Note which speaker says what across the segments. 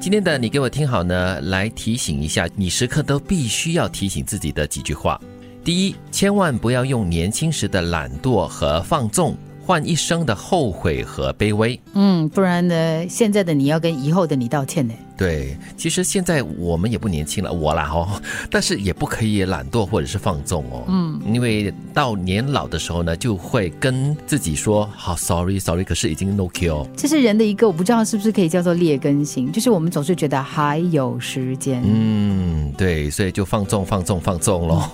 Speaker 1: 今天的你给我听好呢，来提醒一下，你时刻都必须要提醒自己的几句话。第一，千万不要用年轻时的懒惰和放纵换一生的后悔和卑微。
Speaker 2: 嗯，不然呢，现在的你要跟以后的你道歉呢。
Speaker 1: 对，其实现在我们也不年轻了，我啦哦，但是也不可以懒惰或者是放纵哦。嗯，因为到年老的时候呢，就会跟自己说好、s o r r y sorry，可是已经 no kill。
Speaker 2: 这是人的一个，我不知道是不是可以叫做劣根性，就是我们总是觉得还有时间。
Speaker 1: 嗯，对，所以就放纵放纵放纵喽。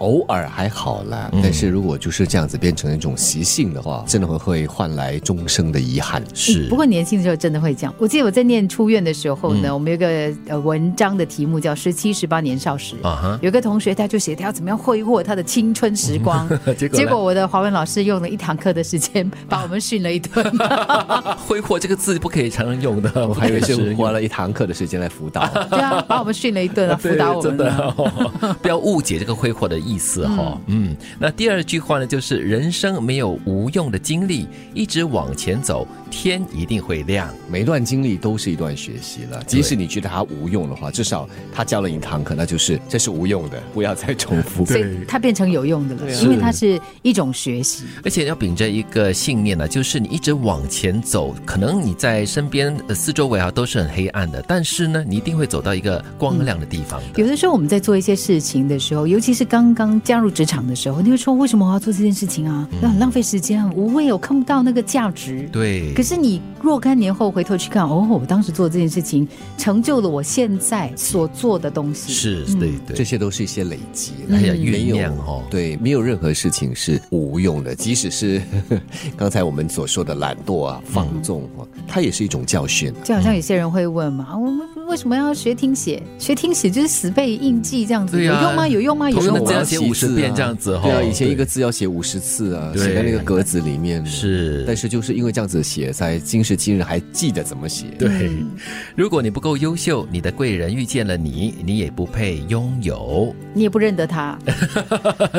Speaker 3: 偶尔还好啦，
Speaker 1: 嗯
Speaker 3: 但是如果就是这样子变成一种习性的话，真的会会换来终生的遗憾。
Speaker 1: 是，
Speaker 2: 嗯不过年轻的时候真的会这样。我记得我在念初院的时候呢，
Speaker 1: 嗯
Speaker 2: 我们有一个呃文章的题目叫《十七十八年少时》，
Speaker 1: 啊哈，
Speaker 2: 有一个同学他就写他要怎么样挥霍他的青春时光。
Speaker 1: 结果
Speaker 2: 结
Speaker 1: 呢
Speaker 2: 果我的华文老师用了一堂课的时间把我们训了 一顿。
Speaker 1: 啊挥霍这个字不可以常常用的，
Speaker 3: 我还以为 是花
Speaker 1: 了。
Speaker 3: 了一堂课的时间来辅导。
Speaker 2: 对啊，把我们训了一顿啊，辅导我
Speaker 1: 对
Speaker 2: 们
Speaker 1: 真的
Speaker 2: 了。、
Speaker 1: 哦，不要误解这个挥霍的意思哈、哦。嗯，那第二句话呢，就是人生没有无用的经历，一直往前走，天一定会亮。
Speaker 3: 每一段经历都是一段学习了，即使你觉得它无用的话，至少他教了你一堂课，那就是这是无用的，不要再重复。
Speaker 2: 所以它变成有用的了，因为它是一种学习。
Speaker 1: 而且要秉着一个信念呢，就是你一直往前走，可能你在身边、呃、四周围啊都是很黑暗的，但是呢，你一定会走到一个光亮的地方的。
Speaker 2: 有的时候我们在做一些事情的时候，尤其是刚刚加入职场的时候，你会说为什么我要做这件事情啊？那很浪费时间，很无谓，我看不到那个价值。
Speaker 1: 嗯对，
Speaker 2: 可是你若干年后回头去看，哦，我当时做这件事情，成就了我现在所做的东西。，
Speaker 1: 是，对
Speaker 3: 这
Speaker 1: 对，
Speaker 3: 些都是一些累积，
Speaker 2: 嗯
Speaker 1: 哎呀，
Speaker 3: 没
Speaker 1: 酝
Speaker 3: 有
Speaker 1: 酿哦，
Speaker 3: 对，没有任何事情是无用的，即使是 刚才我们所说的懒惰啊、
Speaker 1: 嗯
Speaker 3: 放纵啊，它也是一种教训。
Speaker 2: 就好像有些人会问嘛，啊我们为什么要学听写？学听写就是死背硬记这样子，
Speaker 1: 对
Speaker 2: 有
Speaker 1: 啊
Speaker 2: 用吗？有用吗？有
Speaker 1: 同样的
Speaker 2: 用吗
Speaker 1: 这？样写
Speaker 3: 我要习字
Speaker 1: 50
Speaker 3: 啊
Speaker 1: 遍这样子哦
Speaker 3: 对啊，以前
Speaker 1: 对
Speaker 3: 一个字要写五十次啊，
Speaker 1: 对
Speaker 3: 写在那个格子里面。。
Speaker 1: 是。
Speaker 3: 但是就是因为这样子写，在今时今日还记得怎么写。
Speaker 1: 对，
Speaker 2: 嗯
Speaker 1: 如果你不够优秀，你的贵人遇见了你，你也不配拥有，
Speaker 2: 你也不认得他，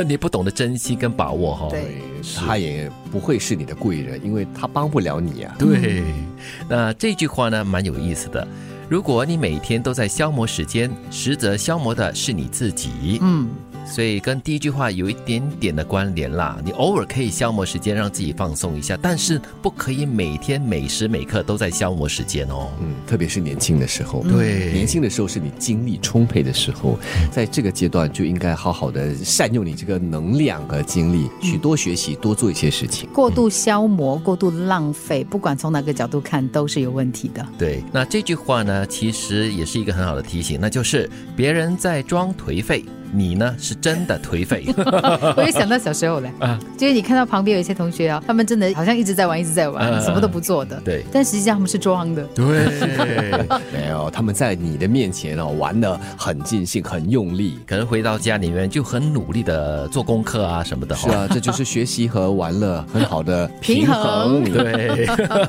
Speaker 1: 你不懂得珍惜跟把握哦哈、
Speaker 2: 对
Speaker 3: 他也不会是你的贵人，因为他帮不了你啊。
Speaker 1: 对，
Speaker 2: 嗯
Speaker 1: 那这句话呢，蛮有意思的。如果你每天都在消磨时间，实则消磨的是你自己。
Speaker 2: 嗯。
Speaker 1: 所以跟第一句话有一点点的关联啦。你偶尔可以消磨时间，让自己放松一下，但是不可以每天每时每刻都在消磨时间哦。
Speaker 3: 嗯，特别是年轻的时
Speaker 2: 嗯
Speaker 3: 候，
Speaker 1: 对嗯
Speaker 3: 年轻的时候是你精力充沛的时候，在这个阶段就应该好好的善用你这个能量和精力，
Speaker 1: 嗯
Speaker 3: 去多学习，多做一些事情。
Speaker 2: 过度消磨、过度浪费，不管从哪个角度看都是有问题的。
Speaker 1: 对，那这句话呢，其实也是一个很好的提醒，那就是别人在装颓废，你呢是真的颓废。
Speaker 2: 我也想到小时候嘞，
Speaker 3: 啊
Speaker 2: 就是你看到旁边有一些同学啊，他们真的好像一直在玩，一直在
Speaker 3: 啊
Speaker 2: 玩，
Speaker 1: 嗯
Speaker 2: 什么都不做的。
Speaker 1: 对
Speaker 2: 但实际上他们是装的。
Speaker 1: 对，
Speaker 3: 没有，他们在你的面前哦，玩的很尽兴，很用力。
Speaker 1: 可能回到家里面就很努力的做功课啊什么的、哦。
Speaker 3: 是啊，这就是学习和玩乐很好的平衡。你
Speaker 1: 对，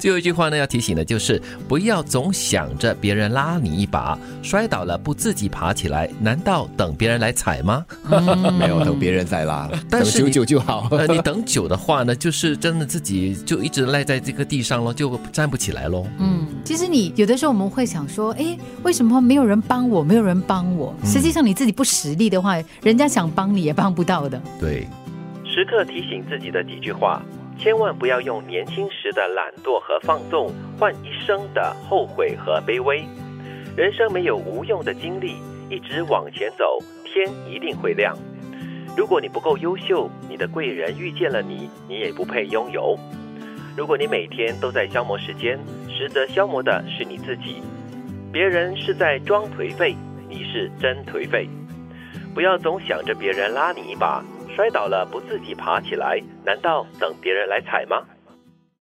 Speaker 1: 最后一句话呢，要提醒的就是不要总想着别人拉你一把，摔倒了不自己爬起来，难道等别人来踩吗？
Speaker 3: 没有等别人再拉，
Speaker 1: 但
Speaker 3: 等
Speaker 1: 是
Speaker 3: 久
Speaker 1: 你
Speaker 3: 久就好。
Speaker 1: 呃，你等久的话呢，就是真的自己就一直赖在这个地上咯，就站不起来咯。
Speaker 2: 嗯，其实你有的时候我们会想说，哎，为什么没有人帮我？没有人帮我。
Speaker 3: 嗯
Speaker 2: 实际上你自己不实力的话，人家想帮你也帮不到的。
Speaker 1: 对。
Speaker 4: 时刻提醒自己的几句话，千万不要用年轻时的懒惰和放纵换一生的后悔和卑微。人生没有无用的经历，一直往前走，天一定会亮。如果你不够优秀，你的贵人遇见了你，你也不配拥有。如果你每天都在消磨时间，实则消磨的是你自己。别人是在装颓废，你是真颓废。不要总想着别人拉你一把，摔倒了不自己爬起来，难道等别人来踩吗？